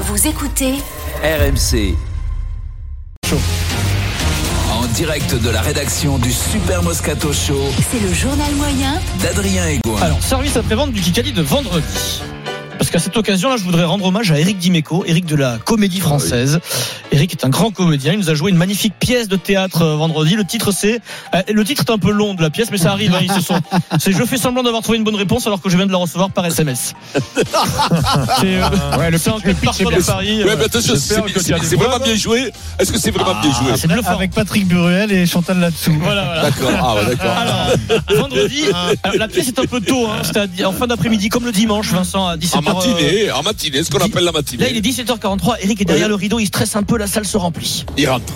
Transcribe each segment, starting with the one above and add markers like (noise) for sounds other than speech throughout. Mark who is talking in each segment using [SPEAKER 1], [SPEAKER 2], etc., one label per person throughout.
[SPEAKER 1] Vous écoutez
[SPEAKER 2] RMC. En direct de la rédaction du Super Moscato Show
[SPEAKER 1] C'est le journal moyen
[SPEAKER 2] d'Adrien Egoin.
[SPEAKER 3] Alors, service après-vente du Kikali de vendredi. Parce qu'à cette occasion-là, je voudrais rendre hommage à Éric Dimeco, Éric de la Comédie
[SPEAKER 4] Ah
[SPEAKER 3] Française. Éric est un grand comédien. Il nous a joué une magnifique pièce de théâtre euh, vendredi. Le titre, c'est. euh, Le titre est un peu long de la pièce, mais ça arrive. hein, ils se
[SPEAKER 4] (laughs)
[SPEAKER 3] sont. C'est Je fais semblant d'avoir trouvé une bonne réponse alors que je viens de la recevoir par
[SPEAKER 4] (laughs)
[SPEAKER 3] SMS.
[SPEAKER 4] euh,
[SPEAKER 3] c'est euh, c'est un club parfois de Paris.
[SPEAKER 4] Ouais, bah,
[SPEAKER 3] euh,
[SPEAKER 4] mais attention,
[SPEAKER 5] j'espère que
[SPEAKER 4] c'est
[SPEAKER 5] tu as
[SPEAKER 4] c'est-
[SPEAKER 5] des
[SPEAKER 4] c'est vraiment
[SPEAKER 5] preuves.
[SPEAKER 4] bien joué. Est-ce que c'est vraiment bien joué
[SPEAKER 3] c'est bluffant.
[SPEAKER 6] avec Patrick Buruel et Chantal Latsou.
[SPEAKER 3] Voilà, Ah, voilà.
[SPEAKER 4] D'accord, ah ouais, d'accord.
[SPEAKER 3] Alors,
[SPEAKER 4] (laughs)
[SPEAKER 3] vendredi, euh, la pièce est un peu tôt, hein, c'est-à-dire en fin d'après-midi, comme le dimanche, Vincent, à 17h.
[SPEAKER 4] En matinée, en matinée, ce qu'on
[SPEAKER 3] euh, dis-
[SPEAKER 4] appelle la
[SPEAKER 3] Là, il est
[SPEAKER 4] matinée.
[SPEAKER 3] 17h43, Eric est derrière
[SPEAKER 4] Ouais.
[SPEAKER 3] le rideau, il stresse un peu, la salle se remplit.
[SPEAKER 4] Il rentre.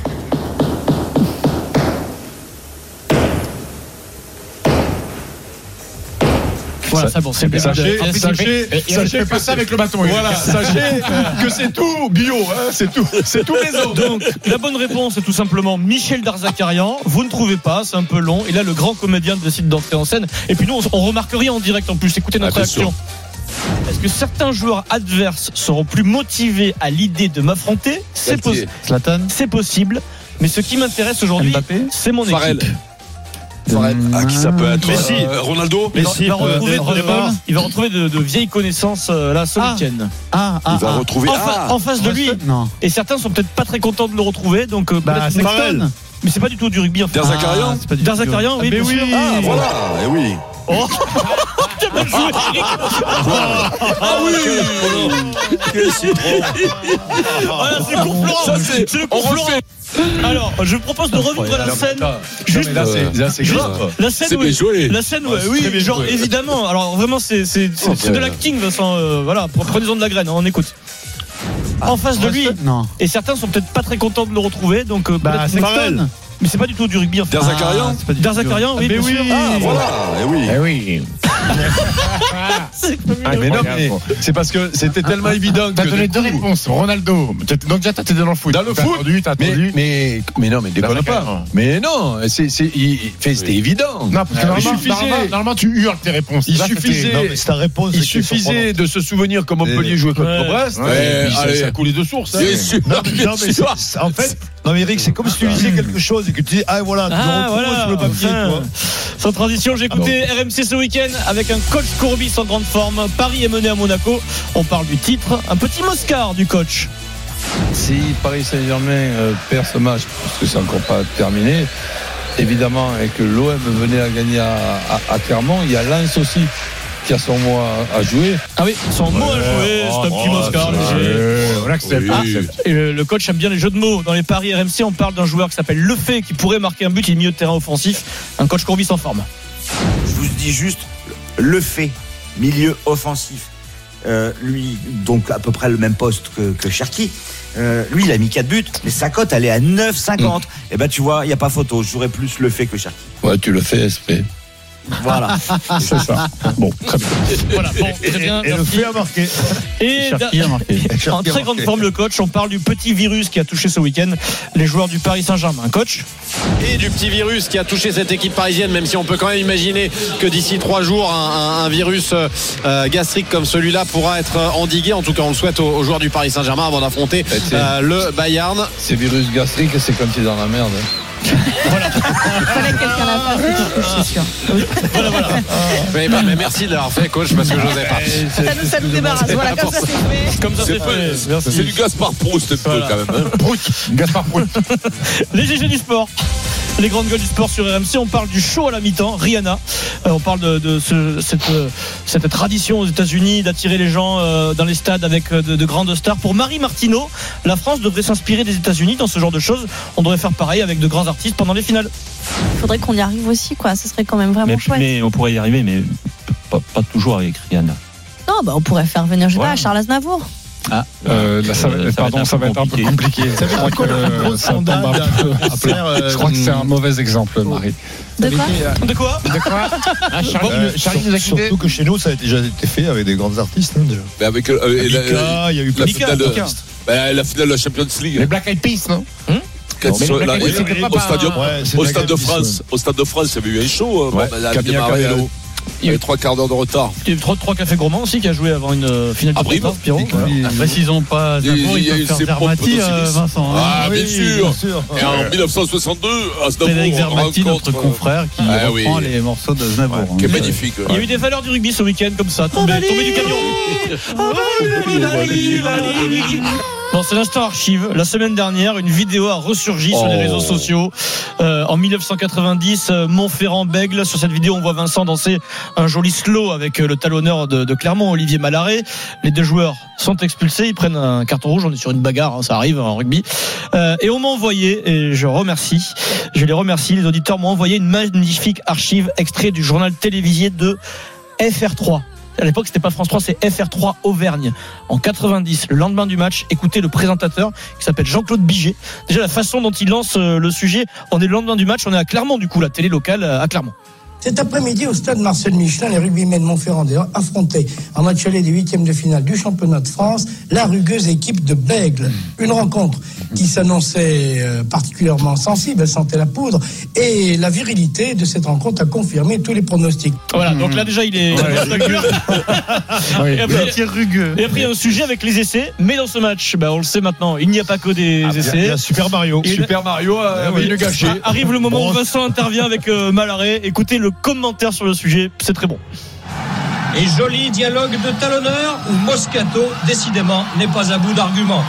[SPEAKER 3] Voilà, ça,
[SPEAKER 5] Eh
[SPEAKER 3] bon, c'est bien.
[SPEAKER 5] Sachez,
[SPEAKER 3] En plus, il
[SPEAKER 5] sachez,
[SPEAKER 3] fait- et-
[SPEAKER 5] sachez que ça avec le bâton. Voilà, sachez que c'est tout bio, hein, c'est tout, c'est tout maison.
[SPEAKER 3] Donc, la bonne réponse est tout simplement Michel Darzacarian. Vous ne trouvez pas, c'est un peu long. Et là, le grand comédien décide d'entrer en scène. Et puis, nous, on, on remarquerait en direct en plus. Écoutez notre
[SPEAKER 4] Ah, bien sûr.
[SPEAKER 3] action. Est-ce que certains joueurs adverses seront plus motivés à l'idée de m'affronter C'est
[SPEAKER 4] Galtier.
[SPEAKER 3] possi-
[SPEAKER 6] Zlatan,
[SPEAKER 3] c'est possible. Mais ce qui m'intéresse aujourd'hui,
[SPEAKER 6] Mbappé
[SPEAKER 3] c'est mon
[SPEAKER 4] Farrell.
[SPEAKER 3] équipe.
[SPEAKER 4] Farrell. Ah, qui ça peut être
[SPEAKER 3] Messi.
[SPEAKER 4] Euh, Ronaldo
[SPEAKER 3] Il va, il va
[SPEAKER 6] euh,
[SPEAKER 3] retrouver, de,
[SPEAKER 6] Rothman.
[SPEAKER 3] il va retrouver de- de vieilles connaissances euh, là ce
[SPEAKER 6] Ah.
[SPEAKER 3] week-end.
[SPEAKER 6] Ah, ah,
[SPEAKER 4] Il va
[SPEAKER 6] ah.
[SPEAKER 4] retrouver.
[SPEAKER 3] En, fa-
[SPEAKER 4] Ah,
[SPEAKER 3] en face de lui,
[SPEAKER 6] Non.
[SPEAKER 3] et certains sont peut-être pas très contents de le retrouver. Donc, euh,
[SPEAKER 6] Bah,
[SPEAKER 3] peut-être-
[SPEAKER 6] Sexton.
[SPEAKER 3] mais c'est pas du tout du rugby. Ah, En fait.
[SPEAKER 4] Derzakarian
[SPEAKER 6] c'est pas du tout.
[SPEAKER 3] Darzacarian, oui,
[SPEAKER 6] Mais
[SPEAKER 3] bien
[SPEAKER 6] oui.
[SPEAKER 3] sûr.
[SPEAKER 4] Ah, voilà, eh oui.
[SPEAKER 3] Bien joué.
[SPEAKER 4] Ah oui Quel citron.
[SPEAKER 3] Voilà, c'est le cours Florent.
[SPEAKER 4] Ça, c'est-
[SPEAKER 3] C'est le
[SPEAKER 4] on
[SPEAKER 3] cours Florent.
[SPEAKER 4] refait. Ah,
[SPEAKER 3] Alors, je propose de revivre la scène. Juste,
[SPEAKER 5] Là, c'est, là, c'est
[SPEAKER 3] juste
[SPEAKER 5] grave.
[SPEAKER 3] la scène
[SPEAKER 4] C'est
[SPEAKER 3] où
[SPEAKER 4] bien joué.
[SPEAKER 3] La scène, ouais, oui,
[SPEAKER 5] très bien
[SPEAKER 3] genre
[SPEAKER 5] joué.
[SPEAKER 3] évidemment. Alors vraiment, c'est c'est- c'est-
[SPEAKER 4] Oh,
[SPEAKER 3] c'est de
[SPEAKER 4] bien.
[SPEAKER 3] l'acting, Vincent. euh, voilà, pre- prenez-en de la graine, hein, on écoute.
[SPEAKER 4] Ah,
[SPEAKER 3] En face de lui,
[SPEAKER 6] Non.
[SPEAKER 3] et certains sont peut-être pas très contents de le retrouver, donc euh,
[SPEAKER 6] Bah,
[SPEAKER 3] peut-être-
[SPEAKER 6] Sexton.
[SPEAKER 3] mais c'est pas du tout du rugby Ah, en fait.
[SPEAKER 4] Derzakarian
[SPEAKER 6] c'est pas du tout.
[SPEAKER 3] Darzacarian, oui,
[SPEAKER 6] Mais
[SPEAKER 3] bien
[SPEAKER 6] oui.
[SPEAKER 3] sûr.
[SPEAKER 4] Ah, voilà, eh oui.
[SPEAKER 7] oui.
[SPEAKER 3] C'est pas mignon.
[SPEAKER 5] Ah, mais non, mais c'est parce que c'était tellement évident que.
[SPEAKER 7] T'as
[SPEAKER 5] du
[SPEAKER 7] donné deux
[SPEAKER 5] coup-
[SPEAKER 7] réponses. Ronaldo. T'as- Donc déjà, t'as été dans le foot.
[SPEAKER 5] Dans le
[SPEAKER 7] T'as
[SPEAKER 5] foot.
[SPEAKER 7] attendu, t'as
[SPEAKER 5] Mais,
[SPEAKER 7] attendu.
[SPEAKER 5] mais, mais non, mais déconne pas.
[SPEAKER 7] Darzacarian.
[SPEAKER 5] Mais non, c'est, c'est, il- il- fait, c'était évident.
[SPEAKER 7] Non, parce que
[SPEAKER 5] Ah,
[SPEAKER 7] normalement,
[SPEAKER 5] il suffisait-
[SPEAKER 7] normalement- normalement, tu hurles tes réponses.
[SPEAKER 5] Il
[SPEAKER 7] Là, c'était-
[SPEAKER 5] suffisait-
[SPEAKER 7] non,
[SPEAKER 5] mais c'est Il suffisait de se souvenir comment
[SPEAKER 7] Eh,
[SPEAKER 5] Montpellier jouait contre
[SPEAKER 3] Ouais.
[SPEAKER 5] Brest.
[SPEAKER 4] Ouais,
[SPEAKER 5] et puis ça-
[SPEAKER 4] allez.
[SPEAKER 5] ça coulait de source. hein.
[SPEAKER 4] Bien sûr.
[SPEAKER 8] Non, mais c'est- c'est- en fait, non, mais Eric, c'est comme si tu lisais quelque chose et que tu dis, ah voilà, tu le
[SPEAKER 3] Ah,
[SPEAKER 8] retrouves
[SPEAKER 3] voilà,
[SPEAKER 8] sur le papier.
[SPEAKER 3] enfin.
[SPEAKER 8] tu vois.
[SPEAKER 3] Sans transition, j'ai écouté RMC ce week-end avec un coach Courbis en grande forme. Paris est mené à Monaco. On parle du titre. Un petit Moscard du coach.
[SPEAKER 9] Si Paris Saint-Germain euh, perd ce match, parce que c'est encore pas terminé, évidemment, et que l'OM venait à gagner à, à- à Clermont, il y a Lens aussi qui a son mot à, à jouer.
[SPEAKER 3] Ah oui, son mot à jouer,
[SPEAKER 7] Oh,
[SPEAKER 3] c'est un petit Moscard léger.
[SPEAKER 7] Euh, on accepte.
[SPEAKER 4] Oui.
[SPEAKER 7] on accepte.
[SPEAKER 3] Et le, le coach aime bien les jeux de mots. Dans les paris RMC, on parle d'un joueur qui s'appelle Lefebvre qui pourrait marquer un but, il est milieu de terrain offensif. Un coach Courbis en forme.
[SPEAKER 10] Je vous dis juste le fait, milieu offensif. Euh, lui, donc à peu près le même poste que, que Cherki. Euh, lui, il a mis 4 buts, mais sa cote, elle est à 9,50. Et ben, tu vois, il n'y a pas photo. J'aurais plus le fait que Cherki.
[SPEAKER 9] Ouais, tu le fais esprit.
[SPEAKER 10] Voilà.
[SPEAKER 7] Ah, C'est ça. Bon, très bien.
[SPEAKER 3] Voilà, bon, très bien.
[SPEAKER 8] Et le
[SPEAKER 3] merci.
[SPEAKER 8] fait a marqué.
[SPEAKER 3] Et
[SPEAKER 8] Cherki a marqué. Cherki a
[SPEAKER 3] en très
[SPEAKER 8] marqué.
[SPEAKER 3] grande forme, le coach. On parle du petit virus qui a touché ce week-end les joueurs du Paris Saint-Germain. Coach
[SPEAKER 11] et du petit virus qui a touché cette équipe parisienne, même si on peut quand même imaginer que d'ici trois jours, un, un- un virus euh, euh, gastrique comme celui-là pourra être euh, endigué. En tout cas, on le souhaite aux, aux joueurs du Paris Saint-Germain avant d'affronter
[SPEAKER 9] Et c'est-
[SPEAKER 11] euh, le Bayern.
[SPEAKER 9] Ces virus gastriques, c'est comme si dans la merde. hein.
[SPEAKER 11] Mais, bah, mais merci de l'avoir fait, coach, parce que je n'osais pas.
[SPEAKER 12] Ça nous, ça nous débarrasse. Voilà, comme ça c'est fait.
[SPEAKER 3] Comme ça,
[SPEAKER 4] C'est pas- C'est du Gaspard Proust un peu
[SPEAKER 3] Voilà.
[SPEAKER 4] quand même. hein.
[SPEAKER 7] Prout, Gaspard Prout.
[SPEAKER 3] (laughs) Les GG du sport. Les grandes gueules du sport sur RMC. On parle du show à la mi-temps, Rihanna. Euh, on parle de, de ce- cette, euh, cette tradition aux États-Unis d'attirer les gens euh, dans les stades avec euh, de, de grandes stars. Pour Marie Martineau, la France devrait s'inspirer des États-Unis dans ce genre de choses. On devrait faire pareil avec de grands artistes pendant les finales.
[SPEAKER 12] Il faudrait qu'on y arrive aussi, quoi. Ce serait quand même vraiment chouette.
[SPEAKER 3] on pourrait y arriver, mais pas, toujours avec Rihanna.
[SPEAKER 12] Non, bah, on pourrait faire venir, je sais
[SPEAKER 3] Ouais.
[SPEAKER 12] pas, Charles Aznavour.
[SPEAKER 7] Ah, euh, là, ça, va- pardon, ça va être un peu compliqué.
[SPEAKER 5] Ça va être
[SPEAKER 7] Je crois
[SPEAKER 5] quoi,
[SPEAKER 7] que,
[SPEAKER 5] la
[SPEAKER 7] euh,
[SPEAKER 5] grosse
[SPEAKER 7] ça tombe un
[SPEAKER 5] sondade
[SPEAKER 7] peu-
[SPEAKER 5] à faire, euh,
[SPEAKER 7] Je crois que c'est un mauvais exemple, Marie.
[SPEAKER 5] De quoi
[SPEAKER 3] De quoi
[SPEAKER 5] De quoi
[SPEAKER 7] Ah, Charlie nous- Charlie nous a quittés.
[SPEAKER 8] Surtout que chez euh, nous, ça a déjà été fait avec des grands artistes. hein, déjà.
[SPEAKER 4] Mais avec euh, euh,
[SPEAKER 8] Mika,
[SPEAKER 4] la-
[SPEAKER 8] il y a eu
[SPEAKER 4] la
[SPEAKER 8] Mika,
[SPEAKER 4] finale de-
[SPEAKER 8] Mika.
[SPEAKER 4] bah, la finale de la Champions League. hein.
[SPEAKER 7] Les Black Eyed Peas, non
[SPEAKER 4] Quand
[SPEAKER 7] Non, mais
[SPEAKER 4] ils sont
[SPEAKER 7] les
[SPEAKER 4] là,
[SPEAKER 7] Black Eyed Peas, c'était
[SPEAKER 4] au
[SPEAKER 7] pas
[SPEAKER 4] stadium-
[SPEAKER 7] un- Ouais, c'est
[SPEAKER 4] au
[SPEAKER 7] Black
[SPEAKER 4] stade de
[SPEAKER 7] Eyed Peas,
[SPEAKER 4] France, au stade de France, il y avait eu un show. euh, bon,
[SPEAKER 7] Ouais,
[SPEAKER 4] bah, elle a
[SPEAKER 7] Camilla
[SPEAKER 4] démarré,
[SPEAKER 7] Cabello.
[SPEAKER 4] euh, Il y avait trois quarts d'heure de retard.
[SPEAKER 3] Il y a eu trois, trois cafés gourmands aussi qui a joué avant une euh, finale de
[SPEAKER 4] Après,
[SPEAKER 3] Coupe
[SPEAKER 4] bon.
[SPEAKER 3] d'Europe, Pierrot.
[SPEAKER 4] Et
[SPEAKER 3] Voilà.
[SPEAKER 4] puis,
[SPEAKER 3] Après, s'ils n'ont pas
[SPEAKER 4] Il y a eu-
[SPEAKER 3] Zabo,
[SPEAKER 4] il y
[SPEAKER 3] ils
[SPEAKER 4] a eu
[SPEAKER 3] peuvent faire
[SPEAKER 4] ses propres
[SPEAKER 3] Zermati, euh,
[SPEAKER 4] possibilités.
[SPEAKER 3] Vincent. hein.
[SPEAKER 4] Ah, bien
[SPEAKER 3] Oui,
[SPEAKER 4] sûr. Et en
[SPEAKER 3] Ouais.
[SPEAKER 4] 1962, à
[SPEAKER 3] Frédéric
[SPEAKER 4] Strasbourg, on
[SPEAKER 3] Zermati,
[SPEAKER 4] rencontre
[SPEAKER 3] notre confrère, qui
[SPEAKER 4] Ah oui.
[SPEAKER 3] reprend les morceaux de Znavour. hein.
[SPEAKER 4] qui est magnifique.
[SPEAKER 3] Il y a eu des valeurs du rugby ce week-end comme ça, tombé, tombé du camion. Bon, c'est l'instant archive. La semaine dernière, une vidéo a ressurgi sur les réseaux sociaux. Euh, en 1990, euh, Montferrand-Bègle. Sur cette vidéo, on voit Vincent danser un joli slow avec euh, le talonneur de, de Clermont, Olivier Malaret. Les deux joueurs sont expulsés. Ils prennent un carton rouge. On est sur une bagarre, hein, ça arrive en rugby. Euh, et on m'a envoyé, et je remercie, je les remercie, les auditeurs m'ont envoyé une magnifique archive extrait du journal télévisé de FR3. À l'époque, c'était pas France 3, c'est FR3 Auvergne. En 90, le lendemain du match, écoutez le présentateur qui s'appelle Jean-Claude Biget. Déjà, la façon dont il lance euh, le sujet, on est le lendemain du match, on est à Clermont, du coup, la télé locale euh, à Clermont.
[SPEAKER 13] Cet après-midi, au stade Marcel Michelin, les rugbymen de Montferrand affrontaient en match aller des huitièmes de finale du championnat de France la rugueuse équipe de Bègle. Une rencontre qui s'annonçait euh, particulièrement sensible, elle sentait la poudre, et la virilité de cette rencontre a confirmé tous les pronostics.
[SPEAKER 3] Voilà, donc là déjà il est.
[SPEAKER 13] Ouais.
[SPEAKER 7] Ah
[SPEAKER 3] et, après, et après, il y a un sujet avec les essais, mais dans ce match, bah, on le sait maintenant, il n'y a pas que
[SPEAKER 5] il
[SPEAKER 3] des
[SPEAKER 5] y a-
[SPEAKER 3] essais.
[SPEAKER 5] il y a Super Mario.
[SPEAKER 3] Et-
[SPEAKER 5] Super Mario euh, a-
[SPEAKER 3] Ah oui.
[SPEAKER 5] a le gâché.
[SPEAKER 3] Ah, Arrive le moment où Vincent intervient avec euh, Malaret. Écoutez le commentaire sur le sujet, c'est très bon.
[SPEAKER 14] Et joli dialogue de talonneur où Moscato, décidément, n'est pas à bout d'arguments.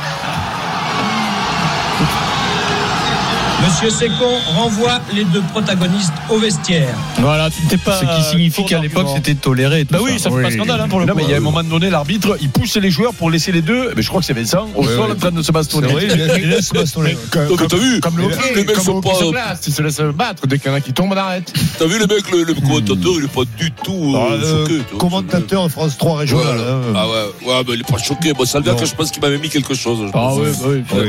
[SPEAKER 14] Monsieur Secon renvoie les deux protagonistes au vestiaire.
[SPEAKER 3] Voilà, tu n'étais pas.
[SPEAKER 14] Ce qui signifie qu'à l'époque, c'était
[SPEAKER 3] toléré. bah oui, ça fait pas scandale hein, pour le
[SPEAKER 5] non,
[SPEAKER 3] coup.
[SPEAKER 5] mais il y a un moment donné, l'arbitre, il poussait les joueurs pour laisser les deux, mais je crois que c'est Vincent, au
[SPEAKER 7] Ouais,
[SPEAKER 5] sol
[SPEAKER 7] ouais.
[SPEAKER 5] en train de se bastonner.
[SPEAKER 7] C'est vrai, il laisse- il laisse se bastonner.
[SPEAKER 5] Mais-
[SPEAKER 7] Comme-
[SPEAKER 4] t'as vu
[SPEAKER 7] Comme le
[SPEAKER 4] Les
[SPEAKER 7] hockey,
[SPEAKER 4] mecs
[SPEAKER 7] comme
[SPEAKER 4] sont
[SPEAKER 7] le hockey
[SPEAKER 4] pas-
[SPEAKER 7] se place, il se laisse battre. Dès qu'il y en a qui tombe, on arrête.
[SPEAKER 4] T'as vu le mec, le, le commentateur, il est pas du tout euh,
[SPEAKER 8] Ah, euh,
[SPEAKER 4] choqué. tu vois.
[SPEAKER 8] Commentateur France 3
[SPEAKER 4] Ouais,
[SPEAKER 8] régional. hein.
[SPEAKER 4] Ah ouais, ouais, mais il est pas choqué. Bon, ça veut dire
[SPEAKER 8] Non.
[SPEAKER 4] que je pense qu'il m'avait mis quelque chose. je
[SPEAKER 8] Ah
[SPEAKER 4] pense.
[SPEAKER 8] ouais,
[SPEAKER 3] bah oui.
[SPEAKER 4] Ouais.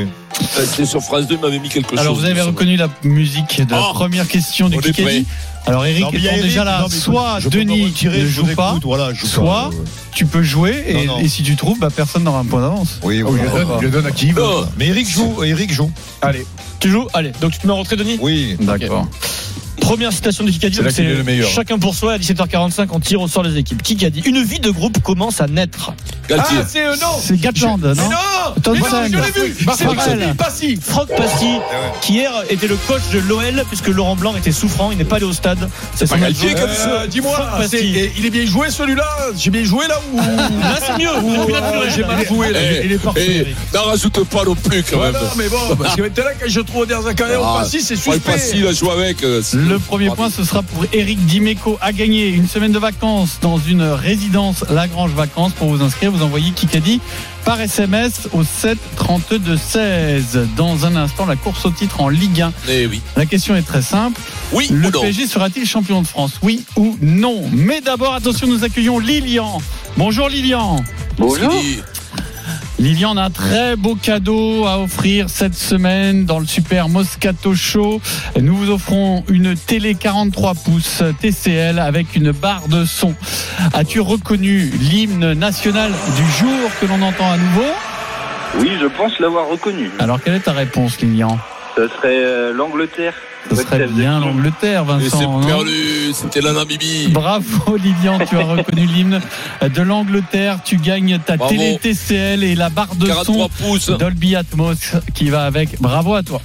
[SPEAKER 4] Ouais, C'était sur France 2, il m'avait mis quelque
[SPEAKER 3] Alors
[SPEAKER 4] chose.
[SPEAKER 3] vous avez reconnu la musique de la
[SPEAKER 4] Oh
[SPEAKER 3] première question de
[SPEAKER 4] On est
[SPEAKER 3] Kikadi.
[SPEAKER 4] prêt.
[SPEAKER 3] Alors Eric
[SPEAKER 8] Non, mais il y a
[SPEAKER 3] étant
[SPEAKER 8] Eric,
[SPEAKER 3] déjà là,
[SPEAKER 8] non, mais
[SPEAKER 3] soit
[SPEAKER 8] je peux me
[SPEAKER 3] Denis
[SPEAKER 8] retirer,
[SPEAKER 3] ne
[SPEAKER 8] je
[SPEAKER 3] joue
[SPEAKER 8] vous
[SPEAKER 3] pas,
[SPEAKER 8] écoute, voilà, je joue pas,
[SPEAKER 3] soit
[SPEAKER 8] ouais.
[SPEAKER 3] tu peux jouer et,
[SPEAKER 8] Non, non.
[SPEAKER 3] et si tu trouves, bah, personne n'aura un point d'avance.
[SPEAKER 8] Oui,
[SPEAKER 7] Oh, il
[SPEAKER 8] voilà.
[SPEAKER 7] le donne- il le donne à qui il veut.
[SPEAKER 4] Non.
[SPEAKER 8] Mais Eric joue, Eric joue.
[SPEAKER 3] Allez. Tu joues Allez, donc tu te mets en rentrée Denis
[SPEAKER 8] Oui.
[SPEAKER 3] D'accord. Première citation de Kikadi,
[SPEAKER 7] C'est là
[SPEAKER 3] donc
[SPEAKER 7] qu'il est le meilleur.
[SPEAKER 3] chacun pour soi, à 17h45, on tire au sort les équipes. Kikadi, une vie de groupe commence à naître.
[SPEAKER 4] Galtier.
[SPEAKER 5] Ah, c'est euh, non
[SPEAKER 3] C'est Gatland,
[SPEAKER 5] Mais
[SPEAKER 3] non
[SPEAKER 5] non
[SPEAKER 3] Tom
[SPEAKER 5] Mais non,
[SPEAKER 3] Sang.
[SPEAKER 5] je l'ai vu C'est
[SPEAKER 3] Marc Farrell.
[SPEAKER 5] Marcel Passy
[SPEAKER 3] Franck Passy, qui hier était le coach de l'OL, puisque Laurent Blanc était souffrant, il n'est pas allé au stade. C'est
[SPEAKER 5] pas
[SPEAKER 3] son
[SPEAKER 5] Galtier
[SPEAKER 3] adjoint.
[SPEAKER 5] comme ça. Dis-moi,
[SPEAKER 3] Franck
[SPEAKER 5] c'est-
[SPEAKER 3] Passy.
[SPEAKER 5] et il est bien joué celui-là J'ai bien joué là ou
[SPEAKER 3] Là, c'est mieux.
[SPEAKER 5] Ou-
[SPEAKER 3] Depuis la durée.
[SPEAKER 5] J'ai mal joué là.
[SPEAKER 4] Eh,
[SPEAKER 5] Il est parfait.
[SPEAKER 4] eh, N'en rajoute pas non plus, quand
[SPEAKER 5] Ouais,
[SPEAKER 4] même. Ah,
[SPEAKER 5] non, mais
[SPEAKER 4] (laughs)
[SPEAKER 5] bon, parce que maintenant, quand je trouve derrière carrière au
[SPEAKER 3] ah,
[SPEAKER 5] Passy, c'est
[SPEAKER 4] Ouais, Passy,
[SPEAKER 5] suspect.
[SPEAKER 4] il a joué avec. euh, c'est-
[SPEAKER 3] Le premier point, ce sera pour Eric Dimeco à gagner une semaine de vacances dans une résidence Lagrange Vacances. Pour vous inscrire, vous envoyez Kikadi par SMS au 7 32 16. Dans un instant, la course au titre en Ligue 1.
[SPEAKER 4] Eh oui.
[SPEAKER 3] La question est très simple.
[SPEAKER 4] Oui
[SPEAKER 3] Le
[SPEAKER 4] ou non
[SPEAKER 3] PSG sera-t-il champion de France Oui ou non Mais d'abord, attention, nous accueillons Lilian. Bonjour Lilian.
[SPEAKER 4] Parce qu'il-
[SPEAKER 3] Lilian a un très beau cadeau à offrir cette semaine dans le super Moscato Show. Nous vous offrons une télé 43 pouces TCL avec une barre de son. As-tu reconnu l'hymne national du jour que l'on entend à nouveau
[SPEAKER 15] Oui, je pense l'avoir reconnu.
[SPEAKER 3] Alors quelle est ta réponse Lilian
[SPEAKER 15] Ce serait euh, l'Angleterre.
[SPEAKER 3] Ce serait bien l'Angleterre,
[SPEAKER 4] Mais c'est
[SPEAKER 3] Vincent. non
[SPEAKER 4] perdu, c'était la Namibie.
[SPEAKER 3] Bravo Lilian, tu as reconnu l'hymne de l'Angleterre. Tu gagnes ta
[SPEAKER 4] Bravo.
[SPEAKER 3] télé TCL et la barre de son
[SPEAKER 4] 43 pouces.
[SPEAKER 3] Dolby Atmos qui va avec. Bravo à toi.